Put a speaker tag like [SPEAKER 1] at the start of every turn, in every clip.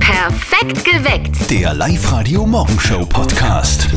[SPEAKER 1] Perfekt geweckt.
[SPEAKER 2] Der Live-Radio Morgenshow Podcast.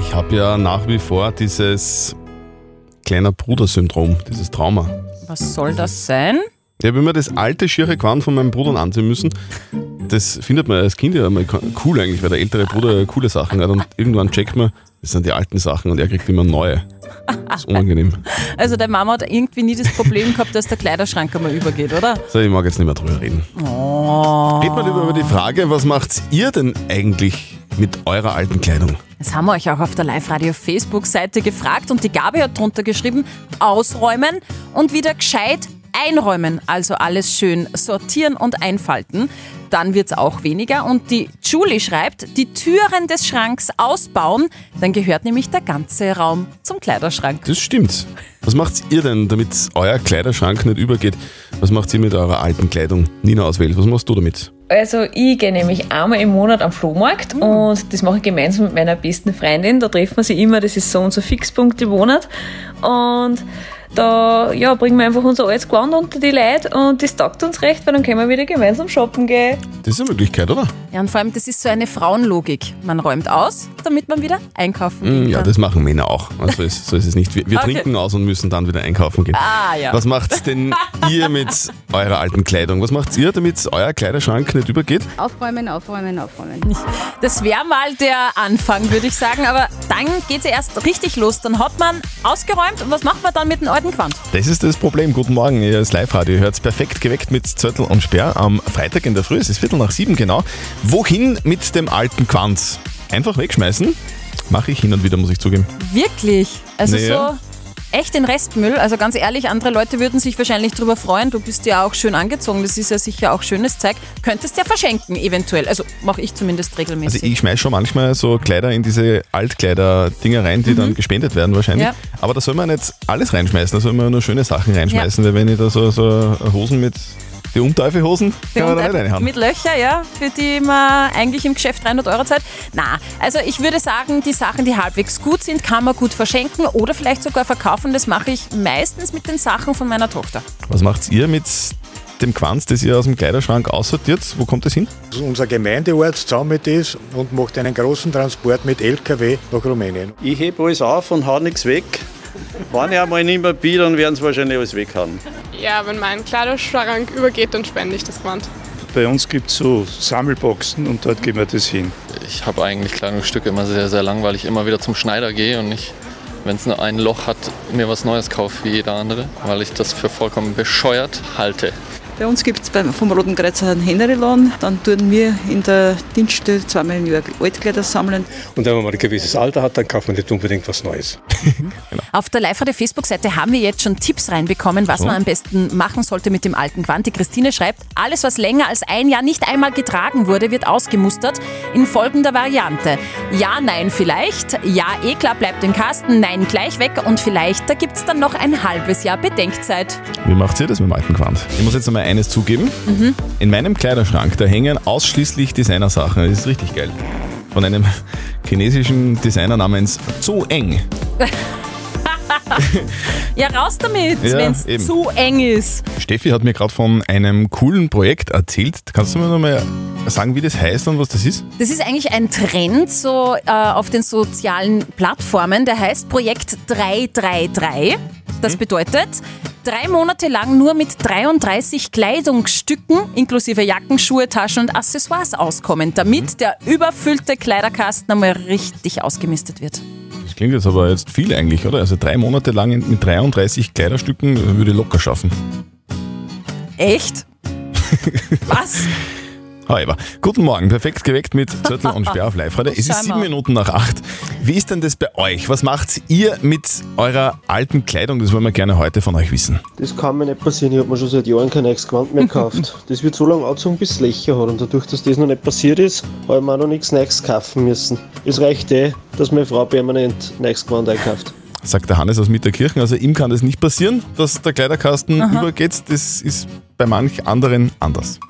[SPEAKER 3] Ich habe ja nach wie vor dieses kleiner Bruder-Syndrom, dieses Trauma.
[SPEAKER 4] Was soll das sein?
[SPEAKER 3] Ich habe immer das alte schiere Gewand von meinem Bruder anziehen müssen. Das findet man als Kind ja immer cool eigentlich, weil der ältere Bruder ja coole Sachen hat und irgendwann checkt man, das sind die alten Sachen und er kriegt immer neue. Das ist unangenehm.
[SPEAKER 4] Also deine Mama hat irgendwie nie das Problem gehabt, dass der Kleiderschrank einmal übergeht, oder?
[SPEAKER 3] So, ich mag jetzt nicht mehr drüber reden. Reden wir lieber über die Frage, was macht ihr denn eigentlich mit eurer alten Kleidung?
[SPEAKER 4] Das haben wir euch auch auf der Live-Radio-Facebook-Seite gefragt und die Gabi hat drunter geschrieben, ausräumen und wieder gescheit einräumen. Also alles schön sortieren und einfalten. Dann wird's auch weniger. Und die Julie schreibt, die Türen des Schranks ausbauen, dann gehört nämlich der ganze Raum zum Kleiderschrank.
[SPEAKER 3] Das stimmt. Was macht ihr denn, damit euer Kleiderschrank nicht übergeht? Was macht ihr mit eurer alten Kleidung? Nina auswählt, was machst du damit?
[SPEAKER 5] Also ich gehe nämlich einmal im Monat am Flohmarkt und das mache ich gemeinsam mit meiner besten Freundin. Da treffen wir sie immer, das ist so unser Fixpunkt im Monat. Und da ja, bringen wir einfach unser altes Gewand unter die Leute und das taugt uns recht, weil dann können wir wieder gemeinsam shoppen gehen.
[SPEAKER 3] Das ist eine Möglichkeit, oder?
[SPEAKER 4] Ja, und vor allem, das ist so eine Frauenlogik. Man räumt aus, damit man wieder einkaufen gehen
[SPEAKER 3] Hm, Ja,
[SPEAKER 4] kann.
[SPEAKER 3] das machen Männer auch. Also ist, so ist es nicht. Wir, wir
[SPEAKER 4] Mhm. Okay.
[SPEAKER 3] trinken aus und müssen dann wieder einkaufen gehen.
[SPEAKER 4] Ah, ja.
[SPEAKER 3] Was macht denn ihr mit eurer alten Kleidung? Was macht ihr, damit euer Kleiderschrank nicht übergeht?
[SPEAKER 6] Aufräumen, aufräumen, aufräumen.
[SPEAKER 4] Das wäre mal der Anfang, würde ich sagen. Aber dann geht es ja erst richtig los. Dann hat man ausgeräumt. Und was macht man dann mit dem alten Quant?
[SPEAKER 7] Das ist das Problem. Guten Morgen, ihr ist Live-Radio. Ihr hört perfekt geweckt mit Zettel und Sperr am Freitag in der Früh. Es ist Viertel nach sieben genau. Wohin mit dem alten Quanz? Einfach wegschmeißen? Mache ich hin und wieder, muss ich zugeben.
[SPEAKER 4] Wirklich? Also
[SPEAKER 7] Naja.
[SPEAKER 4] so echt den Restmüll. Also ganz ehrlich, andere Leute würden sich wahrscheinlich darüber freuen. Du bist ja auch schön angezogen. Das ist ja sicher auch schönes Zeug. Könntest ja verschenken, eventuell. Also mache ich zumindest
[SPEAKER 7] Also
[SPEAKER 4] regelmäßig.
[SPEAKER 7] ich schmeiß schon manchmal so Kleider in diese Altkleider-Dinger rein, die dann gespendet werden wahrscheinlich.
[SPEAKER 4] Ja.
[SPEAKER 7] Aber da soll man nicht alles reinschmeißen, da soll man nur schöne Sachen reinschmeißen, weil wenn ich da so, so Hosen mit, die Umteufelhosen, kann man da nicht reinhaben.
[SPEAKER 4] Mit Löcher, ja, für die man eigentlich im Geschäft 300 Euro zahlt. Na, also ich würde sagen, die Sachen, die halbwegs gut sind, kann man gut verschenken oder vielleicht sogar verkaufen. Das mache ich meistens mit den Sachen von meiner Tochter.
[SPEAKER 7] Was macht ihr mit dem Quanz, das ihr aus dem Kleiderschrank aussortiert? Wo kommt das hin?
[SPEAKER 8] unser Gemeindeort zusammen mit ist und macht einen großen Transport mit LKW nach Rumänien.
[SPEAKER 9] Ich hebe alles auf und hau nichts weg. Wenn ich einmal nicht mehr bin, dann werden sie wahrscheinlich alles weghauen.
[SPEAKER 10] Ja, wenn mein Kleiderschrank übergeht, dann spende ich das Gewand.
[SPEAKER 8] Bei uns gibt es so Sammelboxen und dort geben wir das hin.
[SPEAKER 11] Ich habe eigentlich Kleidungsstücke immer sehr, sehr lang, weil ich immer wieder zum Schneider gehe und ich, wenn es nur ein Loch hat, mir was Neues kaufe wie jeder andere, weil ich das für vollkommen bescheuert halte.
[SPEAKER 5] Bei uns gibt es vom Roten Kreuz einen Henry-Laden. Dann tun wir in der Dienststelle zweimal im Jahr Altkleider sammeln.
[SPEAKER 8] Und wenn man mal ein gewisses Alter hat, dann kauft man nicht unbedingt was Neues.
[SPEAKER 4] Auf der live der Facebook-Seite haben wir jetzt schon Tipps reinbekommen, was man am besten machen sollte mit dem alten Quant. Die Christine schreibt, alles, was länger als ein Jahr nicht einmal getragen wurde, wird ausgemustert in folgender Variante. Ja, nein, vielleicht. Ja, eh klar, bleibt im Kasten. Nein, gleich weg. Und vielleicht, da gibt's dann noch ein halbes Jahr Bedenkzeit.
[SPEAKER 7] Wie macht ihr das mit dem alten Quant? Ich muss jetzt einmal eines zugeben. In meinem Kleiderschrank, da hängen ausschließlich Designersachen. Das ist richtig geil. Von einem chinesischen Designer namens Zhu Eng.
[SPEAKER 4] Ja, raus damit,
[SPEAKER 7] Ja,
[SPEAKER 4] wenn's
[SPEAKER 7] eben.
[SPEAKER 4] zu eng ist.
[SPEAKER 7] Steffi hat mir gerade von einem coolen Projekt erzählt. Kannst du mir nochmal sagen, wie das heißt und was das ist?
[SPEAKER 4] Das ist eigentlich ein Trend so äh, auf den sozialen Plattformen, der heißt Projekt 333. Das bedeutet, drei Monate lang nur mit 33 Kleidungsstücken inklusive Jacken, Schuhe, Taschen und Accessoires auskommen, damit der überfüllte Kleiderkasten einmal richtig ausgemistet wird.
[SPEAKER 7] Das klingt jetzt aber jetzt viel eigentlich, oder? Also drei Monate lang mit 33 Kleiderstücken äh, würde ich locker schaffen.
[SPEAKER 4] Echt? Was?
[SPEAKER 7] Hi, Eva. Guten Morgen, perfekt geweckt mit Zettel und Sperr auf live heute. Es ist sieben
[SPEAKER 4] Scheinbar.
[SPEAKER 7] Minuten nach acht. Wie ist denn das bei euch? Was macht ihr mit eurer alten Kleidung? Das wollen wir gerne heute von euch wissen.
[SPEAKER 8] Das kann mir nicht passieren, ich habe mir schon seit Jahren kein neues Gewand mehr gekauft. das wird so lange angezogen, bis es Löcher hat und dadurch, dass das noch nicht passiert ist, habe ich mir auch noch nichts Neues kaufen müssen. Es reicht eh, dass meine Frau permanent neues Gewand einkauft.
[SPEAKER 7] Sagt der Hannes aus Mitterkirchen. Also ihm kann das nicht passieren, dass der Kleiderkasten übergeht. Das ist bei manch anderen anders.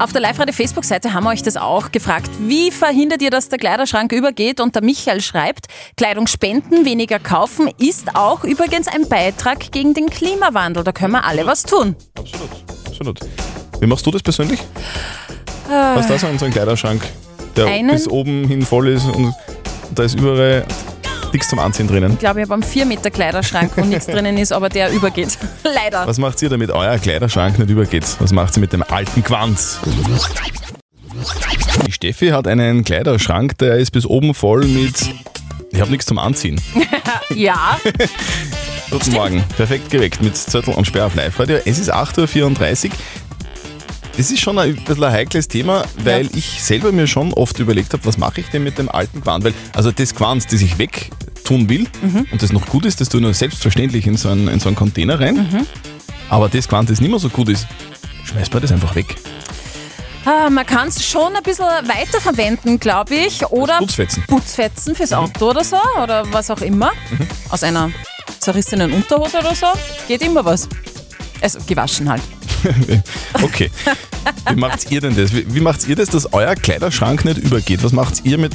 [SPEAKER 4] Auf der live Facebook-Seite haben wir euch das auch gefragt. Wie verhindert ihr, dass der Kleiderschrank übergeht? Und der Michael schreibt, Kleidung spenden, weniger kaufen ist auch übrigens ein Beitrag gegen den Klimawandel. Da können wir alle was tun.
[SPEAKER 7] Absolut. Wie machst du das persönlich? Was da so ein, so ein Kleiderschrank, der
[SPEAKER 4] Einen?
[SPEAKER 7] bis oben hin voll ist und da ist überall nichts zum Anziehen drinnen.
[SPEAKER 4] Ich glaube, ich habe einen 4 Meter Kleiderschrank, wo nichts drinnen ist, aber der übergeht. Leider.
[SPEAKER 7] Was macht ihr, damit euer Kleiderschrank nicht übergeht? Was macht ihr mit dem alten Quanz? Die Steffi hat einen Kleiderschrank, der ist bis oben voll mit Ich habe nichts zum Anziehen.
[SPEAKER 4] Ja,
[SPEAKER 7] Guten Morgen. Perfekt geweckt mit Zettel und Sperr auf Live-Radio. Es ist 8.34 Uhr. Das ist schon ein bisschen ein heikles Thema, weil ich selber mir schon oft überlegt habe, was mache ich denn mit dem alten Quant? Weil, also das Quant, das ich wegtun will und das noch gut ist, das tue ich nur selbstverständlich in so einen, in so einen Container rein. Aber das Quant, das nicht mehr so gut ist, schmeißt man das einfach weg.
[SPEAKER 4] ah, man kann es schon ein bisschen weiterverwenden, glaube ich. Oder
[SPEAKER 7] Putzfetzen.
[SPEAKER 4] Putzfetzen fürs Auto oder so oder was auch immer. Aus einer zerrissenen Unterhose oder so. Geht immer was. Also gewaschen halt.
[SPEAKER 7] Okay. Wie macht ihr denn das? Wie, wie macht ihr das, dass euer Kleiderschrank nicht übergeht? Was macht ihr mit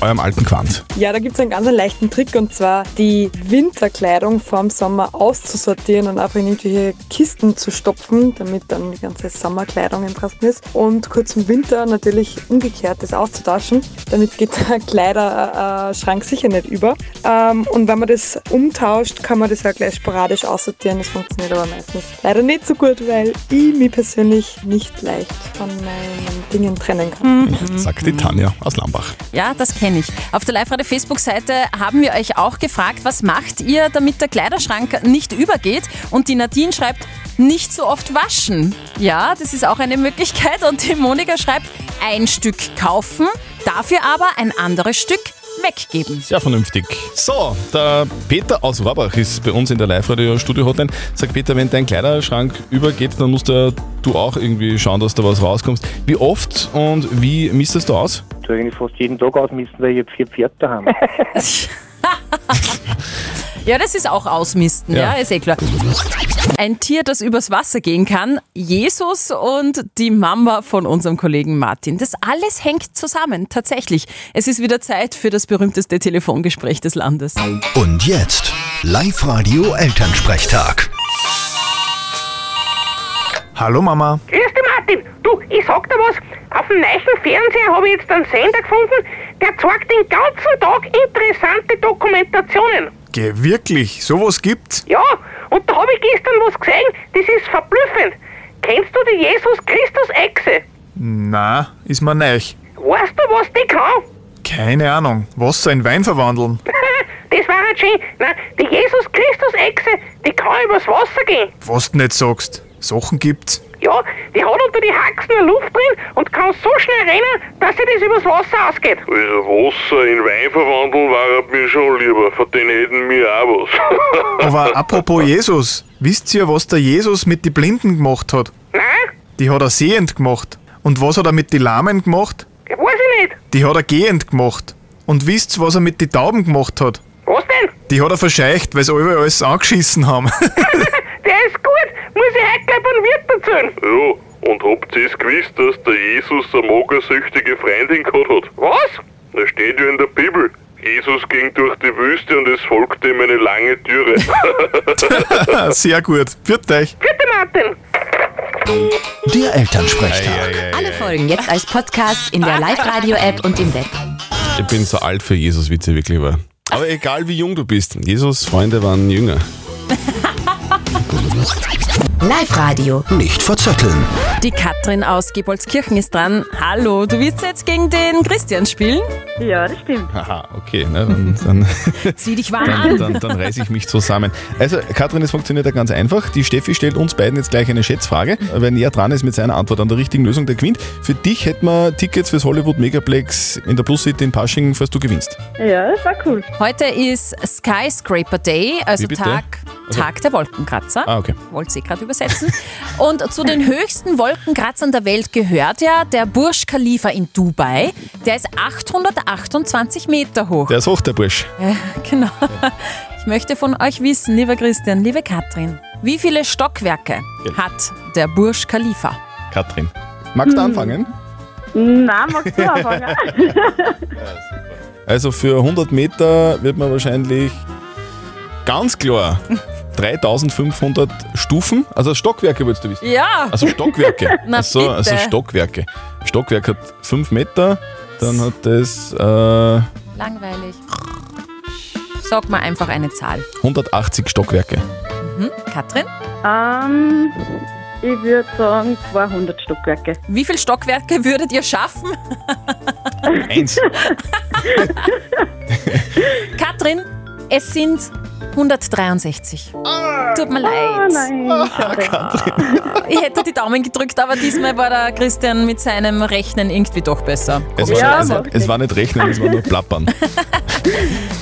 [SPEAKER 7] eurem alten Quant?
[SPEAKER 1] Ja, da gibt es einen ganz leichten Trick und zwar die Winterkleidung vorm Sommer auszusortieren und einfach in irgendwelche Kisten zu stopfen, damit dann die ganze Sommerkleidung im Kasten ist. Und kurz im Winter natürlich umgekehrt das auszutauschen. Damit geht der Kleiderschrank sicher nicht über. Ähm, und wenn man das umtauscht, kann man das ja gleich sporadisch aussortieren. Das funktioniert aber meistens leider nicht so gut, weil ich mich persönlich nicht leicht von meinen Dingen trennen kann.
[SPEAKER 7] Sagt die Tanja aus Lambach.
[SPEAKER 4] Ja, das kenne ich. Auf der live Facebook-Seite haben wir euch auch gefragt, was macht ihr, damit der Kleiderschrank nicht übergeht? Und die Nadine schreibt, nicht so oft waschen. Ja, das ist auch eine Möglichkeit. Und die Monika schreibt, ein Stück kaufen, dafür aber ein anderes Stück weggeben.
[SPEAKER 7] Sehr vernünftig. So, der Peter aus Rohrbach ist bei uns in der Live-Radio-Studio-Hotline. Sag Peter, wenn dein Kleiderschrank übergeht, dann musst du, du auch irgendwie schauen, dass da was rauskommst. Wie oft und wie misst das du aus?
[SPEAKER 12] Ich tue eigentlich fast jeden Tag ausmisten, weil ich hab vier Pferde daheim.
[SPEAKER 4] Ja, das ist auch ausmisten, ja.
[SPEAKER 12] Ja.
[SPEAKER 4] ist eh klar. Ein Tier, das übers Wasser gehen kann, Jesus und die Mama von unserem Kollegen Martin. Das alles hängt zusammen, tatsächlich. Es ist wieder Zeit für das berühmteste Telefongespräch des Landes.
[SPEAKER 2] Und jetzt Live-Radio Elternsprechtag.
[SPEAKER 13] Hallo Mama.
[SPEAKER 14] Grüß dich, Martin. Du, ich sag dir was. Auf dem neuen Fernseher habe ich jetzt einen Sender gefunden, der zeigt den ganzen Tag interessante Dokumentationen.
[SPEAKER 13] Geh, wirklich, sowas gibt's?
[SPEAKER 14] Ja, und da habe ich gestern was gesehen, das ist verblüffend. Kennst du die Jesus Christus-Echse?
[SPEAKER 13] Na, ist mir neu.
[SPEAKER 14] Weißt du, was die kann?
[SPEAKER 13] Keine Ahnung. Wasser in Wein verwandeln.
[SPEAKER 14] das war jetzt schön. Nein, die Jesus Christus-Echse, die kann übers Wasser gehen.
[SPEAKER 13] Was du nicht sagst. Sachen gibt's.
[SPEAKER 14] Ja, die hat unter die Haxen eine Luft drin und kann so schnell rennen, dass sie das übers Wasser ausgeht.
[SPEAKER 15] Also Wasser in Wein verwandeln war mir schon lieber, von denen hätten wir auch was.
[SPEAKER 13] Aber apropos Jesus. Wisst ihr, was der Jesus mit den Blinden gemacht hat? Nein. Die hat er sehend gemacht. Und was hat er mit den Lahmen gemacht?
[SPEAKER 14] Ja, weiß ich nicht.
[SPEAKER 13] Die hat er gehend gemacht. Und wisst ihr, was er mit den Tauben gemacht hat?
[SPEAKER 14] Was denn?
[SPEAKER 13] Die hat er verscheucht, weil sie alle alles angeschissen haben.
[SPEAKER 14] Der ist gut, muss ich heute gleich beim Wirt erzählen.
[SPEAKER 15] ja, und habt ihr es gewusst, dass der Jesus eine magersüchtige Freundin gehabt hat?
[SPEAKER 14] Was?
[SPEAKER 15] Das steht ja in der Bibel. Jesus ging durch die Wüste und es folgte ihm eine lange Türe.
[SPEAKER 13] Sehr gut. Pfiat euch.
[SPEAKER 14] Bitte, Martin.
[SPEAKER 2] Der Elternsprechtag.
[SPEAKER 16] Alle Folgen jetzt als Podcast in der Live-Radio-App und im Web.
[SPEAKER 3] Ich bin so alt für Jesus-Witze, wirklich war. Aber egal wie jung du bist, Jesus' Freunde waren jünger.
[SPEAKER 16] Live-Radio.
[SPEAKER 2] Nicht verzetteln.
[SPEAKER 4] Die Katrin aus Gebolskirchen ist dran. Hallo, du willst jetzt gegen den Christian spielen?
[SPEAKER 17] Ja, das stimmt.
[SPEAKER 7] Haha, okay, ne, dann, dann,
[SPEAKER 4] Zieh dich warm
[SPEAKER 7] dann,
[SPEAKER 4] an.
[SPEAKER 7] dann, dann reiße ich mich zusammen. Also, Katrin, es funktioniert ja ganz einfach. Die Steffi stellt uns beiden jetzt gleich eine Schätzfrage. Wenn er dran ist mit seiner Antwort an der richtigen Lösung, der gewinnt. Für dich hätten wir Tickets fürs Hollywood Megaplex in der Plus City in Pasching, falls du gewinnst.
[SPEAKER 4] Ja, das war cool. Heute ist Skyscraper Day, also
[SPEAKER 7] Wie bitte? Also-
[SPEAKER 4] Tag, Tag der Wolkenkratzer.
[SPEAKER 7] Ah, okay.
[SPEAKER 4] Wollte ich gerade übersetzen. Und zu den höchsten Wolkenkratzern der Welt gehört ja der Burj Khalifa in Dubai. Der ist 828 Meter hoch.
[SPEAKER 7] Der ist hoch, der Bursch.
[SPEAKER 4] Äh, genau. Ich möchte von euch wissen, lieber Christian, liebe Katrin, wie viele Stockwerke
[SPEAKER 7] Ja.
[SPEAKER 4] hat der Burj Khalifa?
[SPEAKER 7] Katrin. Magst du anfangen?
[SPEAKER 17] Na, magst du anfangen?
[SPEAKER 7] Also für 100 Meter wird man wahrscheinlich ganz klar 3500 Stufen, also Stockwerke willst du wissen?
[SPEAKER 4] Ja.
[SPEAKER 7] Also Stockwerke.
[SPEAKER 4] Na,
[SPEAKER 7] also,
[SPEAKER 4] bitte.
[SPEAKER 7] also Stockwerke. Stockwerk hat 5 Meter, dann hat es äh,
[SPEAKER 4] Langweilig. Sag mal einfach eine Zahl.
[SPEAKER 7] 180 Stockwerke.
[SPEAKER 4] Mhm. Katrin?
[SPEAKER 17] Ähm, ich würde sagen 200 Stockwerke.
[SPEAKER 4] Wie viele Stockwerke würdet ihr schaffen?
[SPEAKER 7] Eins.
[SPEAKER 4] Katrin, es sind 163. Tut mir leid. Ich hätte die Daumen gedrückt, aber diesmal war der Christian mit seinem Rechnen irgendwie doch besser.
[SPEAKER 7] Es war, es, war, es war nicht rechnen, es war nur plappern.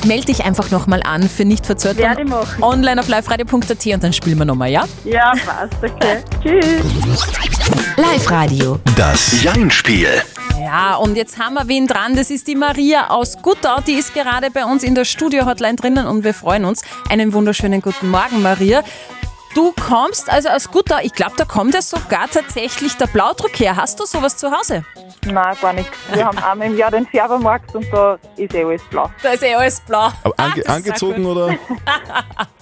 [SPEAKER 4] Meld dich einfach nochmal an für nicht verzögert. Werde machen. Online auf liveradio.at und dann spielen wir nochmal, ja?
[SPEAKER 17] Ja, passt, okay. Tschüss.
[SPEAKER 4] Live Radio.
[SPEAKER 2] Das Jein-Spiel.
[SPEAKER 4] Ja, und jetzt haben wir wen dran. Das ist die Maria aus Guttau. Die ist gerade bei uns in der Studio-Hotline drinnen und wir freuen uns. Einen wunderschönen guten Morgen, Maria. Du kommst also aus Guttau. Ich glaube, da kommt ja sogar tatsächlich der Blaudruck her. Hast du sowas zu Hause?
[SPEAKER 18] Nein, gar nichts. Wir haben einmal im Jahr den Servermarkt und da ist eh alles blau.
[SPEAKER 4] Da ist eh alles blau.
[SPEAKER 7] Aber ange, angezogen oder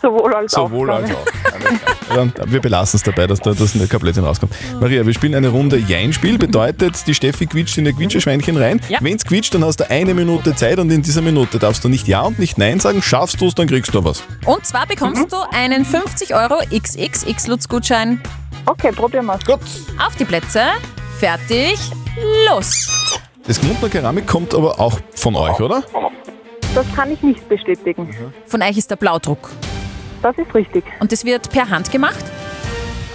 [SPEAKER 18] Sowohl als auch.
[SPEAKER 7] sowohl als auch. Dann, wir belassen es dabei, dass da dass nicht kein Blödsinn rauskommt. Maria, wir spielen eine Runde Jein-Spiel. Bedeutet, die Steffi quietscht in ein Quietscheschweinchen rein.
[SPEAKER 4] Ja.
[SPEAKER 7] Wenn es quietscht, dann hast du eine Minute Zeit und in dieser Minute darfst du nicht Ja und nicht Nein sagen. Schaffst du es, dann kriegst du was.
[SPEAKER 4] Und zwar bekommst du einen 50 Euro XXX Lutz-Gutschein.
[SPEAKER 18] Okay, probieren wir's.
[SPEAKER 7] Gut.
[SPEAKER 4] Auf die Plätze. Fertig. Los.
[SPEAKER 7] Das Gmunder Keramik kommt aber auch von euch, oder?
[SPEAKER 18] Das kann ich nicht bestätigen.
[SPEAKER 7] Mhm.
[SPEAKER 4] Von euch ist der Blaudruck.
[SPEAKER 18] Das ist richtig.
[SPEAKER 4] Und das wird per Hand gemacht?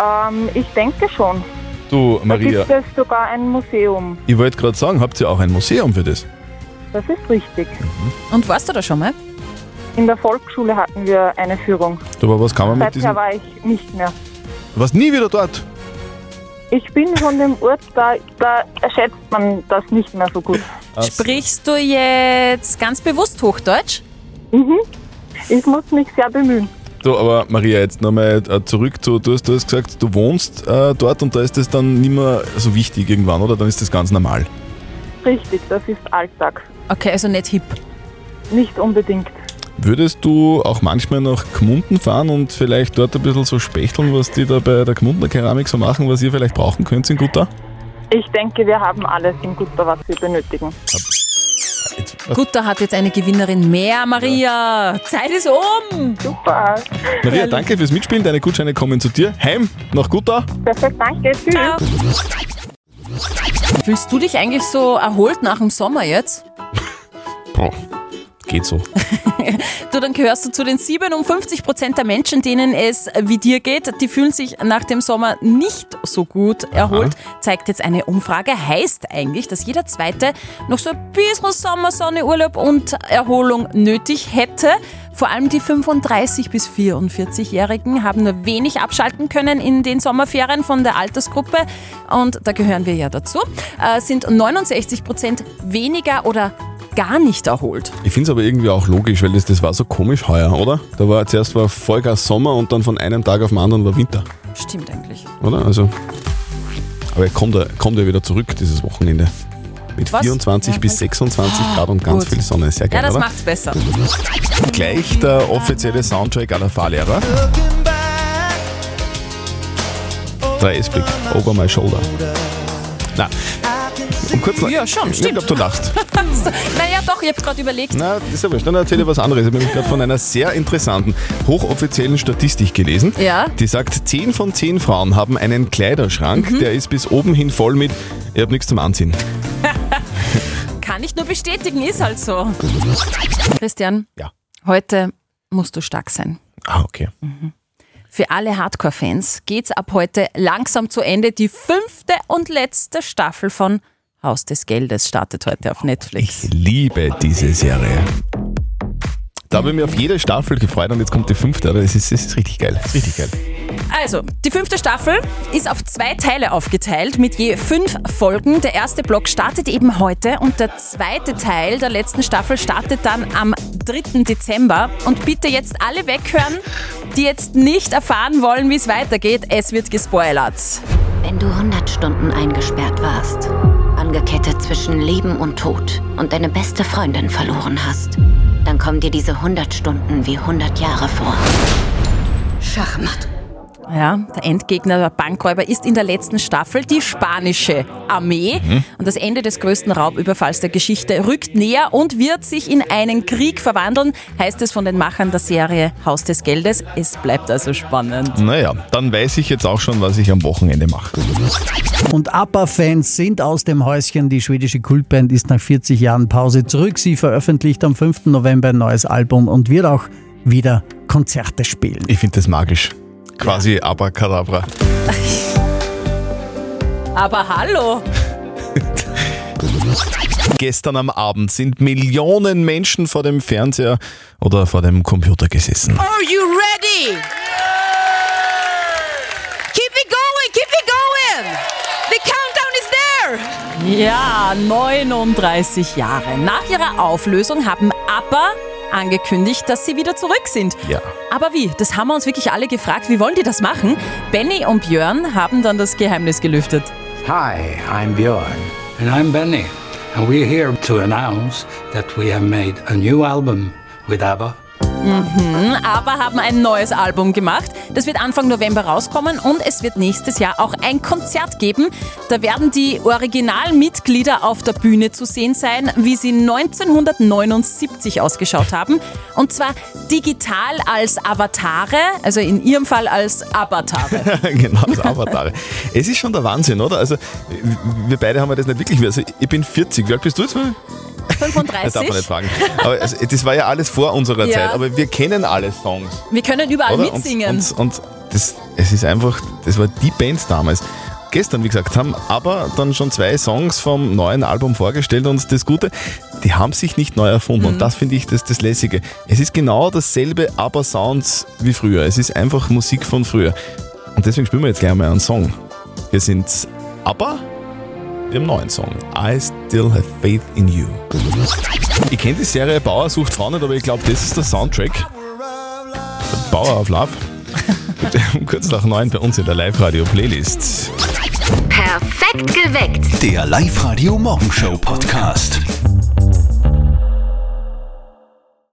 [SPEAKER 18] Ähm, ich denke schon.
[SPEAKER 7] Du,
[SPEAKER 18] Da
[SPEAKER 7] Maria,
[SPEAKER 18] gibt es sogar ein Museum.
[SPEAKER 7] ich wollte gerade sagen, habt ihr auch ein Museum für das?
[SPEAKER 18] Das ist richtig.
[SPEAKER 4] Und warst du da schon mal?
[SPEAKER 18] In der Volksschule hatten wir eine Führung.
[SPEAKER 7] Aber was kann man mit
[SPEAKER 18] Seither
[SPEAKER 7] diesem...
[SPEAKER 18] war ich nicht mehr.
[SPEAKER 7] Was, nie wieder dort?
[SPEAKER 18] Ich bin von dem Ort, da, da schätzt man das nicht mehr so gut.
[SPEAKER 4] Sprichst du jetzt ganz bewusst Hochdeutsch?
[SPEAKER 18] Mhm. Ich muss mich sehr bemühen.
[SPEAKER 7] Du, aber Maria, jetzt nochmal äh, zurück zu, du hast, du hast gesagt, du wohnst äh, dort und da ist das dann nicht mehr so wichtig irgendwann, oder? Dann ist das ganz normal.
[SPEAKER 18] Richtig, das ist Alltag.
[SPEAKER 4] Okay, also nicht hip.
[SPEAKER 18] Nicht unbedingt.
[SPEAKER 7] Würdest du auch manchmal nach Gmunden fahren und vielleicht dort ein bisschen so spechteln, was die da bei der Gmundner Keramik so machen, was ihr vielleicht brauchen könnt in Gutta?
[SPEAKER 18] Ich denke, wir haben alles in guter, was wir benötigen.
[SPEAKER 4] Gut, da hat jetzt eine Gewinnerin mehr, Maria. Zeit ist um.
[SPEAKER 18] Super.
[SPEAKER 7] Maria, danke fürs Mitspielen, deine Gutscheine kommen zu dir. Heim, nach Gutta.
[SPEAKER 18] Perfekt, danke. Tschüss.
[SPEAKER 4] Fühlst du dich eigentlich so erholt nach dem Sommer jetzt?
[SPEAKER 7] Boah, geht so.
[SPEAKER 4] Du, dann gehörst du zu den 57 Prozent der Menschen, denen es wie dir geht. Die fühlen sich nach dem Sommer nicht so gut erholt. Zeigt jetzt eine Umfrage. Heißt eigentlich, dass jeder Zweite noch so ein bisschen Sommer, Sonne, Urlaub und Erholung nötig hätte. Vor allem die 35- bis 44-Jährigen haben nur wenig abschalten können in den Sommerferien von der Altersgruppe. Und da gehören wir ja dazu. Äh, sind 69 Prozent weniger oder gar nicht erholt.
[SPEAKER 7] Ich finde es aber irgendwie auch logisch, weil das, das war so komisch heuer, oder? Da war zuerst war Vollgas Sommer und dann von einem Tag auf den anderen war Winter,
[SPEAKER 4] Stimmt eigentlich.
[SPEAKER 7] oder? Also, aber kommt er kommt er wieder zurück dieses Wochenende. Mit
[SPEAKER 4] Was?
[SPEAKER 7] 24
[SPEAKER 4] Ja,
[SPEAKER 7] bis
[SPEAKER 4] halt.
[SPEAKER 7] 26 Grad und ganz
[SPEAKER 4] Gut.
[SPEAKER 7] viel Sonne. Sehr
[SPEAKER 4] Ja,
[SPEAKER 7] geil,
[SPEAKER 4] das
[SPEAKER 7] oder?
[SPEAKER 4] macht's besser.
[SPEAKER 7] Gleich der offizielle Soundtrack aller Fahrlehrer. 3S-Blick, Over My Shoulder. Na, um kurz nach-
[SPEAKER 4] Ja, schon,
[SPEAKER 7] Ich glaube, du lachst.
[SPEAKER 4] naja, doch, ich habe gerade überlegt.
[SPEAKER 7] Na, ist ja wurscht. Dann erzähle ich was anderes. Ich habe nämlich gerade von einer sehr interessanten, hochoffiziellen Statistik gelesen.
[SPEAKER 4] Ja.
[SPEAKER 7] Die sagt, 10 von 10 Frauen haben einen Kleiderschrank, der ist bis oben hin voll mit, ich habe nichts zum Anziehen.
[SPEAKER 4] Kann ich nur bestätigen, ist halt so. Christian,
[SPEAKER 7] Ja.
[SPEAKER 4] heute musst du stark sein.
[SPEAKER 7] Ah, okay.
[SPEAKER 4] Für alle Hardcore-Fans geht's ab heute langsam zu Ende. Die fünfte und letzte Staffel von Haus des Geldes startet heute auf Netflix.
[SPEAKER 7] Liebe diese Serie. Da habe ich mich auf jede Staffel gefreut und jetzt kommt die fünfte. aber Das ist, das ist richtig geil. Das ist richtig geil.
[SPEAKER 4] Also, die fünfte Staffel ist auf zwei Teile aufgeteilt mit je fünf Folgen. Der erste Block startet eben heute und der zweite Teil der letzten Staffel startet dann am 3. Dezember. Und bitte jetzt alle weghören, die jetzt nicht erfahren wollen, wie es weitergeht. Es wird gespoilert.
[SPEAKER 16] Wenn du 100 Stunden eingesperrt warst, angekettet zwischen Leben und Tod und deine beste Freundin verloren hast, dann kommen dir diese 100 Stunden wie 100 Jahre vor. Schachmatt.
[SPEAKER 4] Ja, der Endgegner der Bankräuber ist in der letzten Staffel die spanische Armee.
[SPEAKER 16] Mhm.
[SPEAKER 4] Und das Ende des größten Raubüberfalls der Geschichte rückt näher und wird sich in einen Krieg verwandeln, heißt es von den Machern der Serie Haus des Geldes. Es bleibt also spannend.
[SPEAKER 7] Naja, dann weiß ich jetzt auch schon, was ich am Wochenende mache.
[SPEAKER 19] Und ABBA-Fans sind aus dem Häuschen. Die schwedische Kultband ist nach 40 Jahren Pause zurück. Sie veröffentlicht am 5. November ein neues Album und wird auch wieder Konzerte spielen.
[SPEAKER 7] Ich finde das magisch. Quasi Abracadabra.
[SPEAKER 4] Aber hallo!
[SPEAKER 7] Gestern am Abend sind Millionen Menschen vor dem Fernseher oder vor dem Computer gesessen.
[SPEAKER 20] Are you ready? Keep it going, keep it going. The countdown is there.
[SPEAKER 4] Ja, 39 Jahre. Nach ihrer Auflösung haben ABBA angekündigt, dass sie wieder zurück sind.
[SPEAKER 7] Ja.
[SPEAKER 4] Aber wie? Das haben wir uns wirklich alle gefragt. Wie wollen die das machen? Benny und Björn haben dann das Geheimnis gelüftet.
[SPEAKER 21] Hi, I'm Björn. And I'm Benny. And we're here to announce that we have made a new album with ABBA.
[SPEAKER 4] Mhm, aber haben ein neues Album gemacht. Das wird Anfang November rauskommen und es wird nächstes Jahr auch ein Konzert geben. Da werden die Originalmitglieder auf der Bühne zu sehen sein, wie sie 1979 ausgeschaut haben. Und zwar digital als Avatare, also in ihrem Fall als Avatare.
[SPEAKER 7] genau, das Avatare. es ist schon der Wahnsinn, oder? Also, wir beide haben ja das nicht wirklich. Also, ich bin 40. Wie alt bist du jetzt? mal? Das
[SPEAKER 4] 35.
[SPEAKER 7] darf man nicht fragen. Aber es, das war ja alles vor unserer
[SPEAKER 4] Ja.
[SPEAKER 7] Zeit, aber wir kennen alle Songs.
[SPEAKER 4] Wir können überall
[SPEAKER 7] Oder?
[SPEAKER 4] mitsingen.
[SPEAKER 7] Und, und, und das, es ist einfach, das war die Band damals. Gestern, wie gesagt, haben aber dann schon zwei Songs vom neuen Album vorgestellt und das Gute, die haben sich nicht neu erfunden
[SPEAKER 4] Mhm.
[SPEAKER 7] und das finde ich das, das Lässige. Es ist genau dasselbe aber Sounds wie früher. Es ist einfach Musik von früher. Und deswegen spielen wir jetzt gleich mal einen Song. Hier sind's aber im neuen Song. I Still Have Faith in You. Ich kenne die Serie Bauer sucht Frau nicht, aber ich glaube, das ist der Soundtrack. Bauer auf Love. Kurz nach neun bei uns in der Live-Radio-Playlist.
[SPEAKER 16] Perfekt geweckt.
[SPEAKER 2] Der Live-Radio Morgenshow Podcast.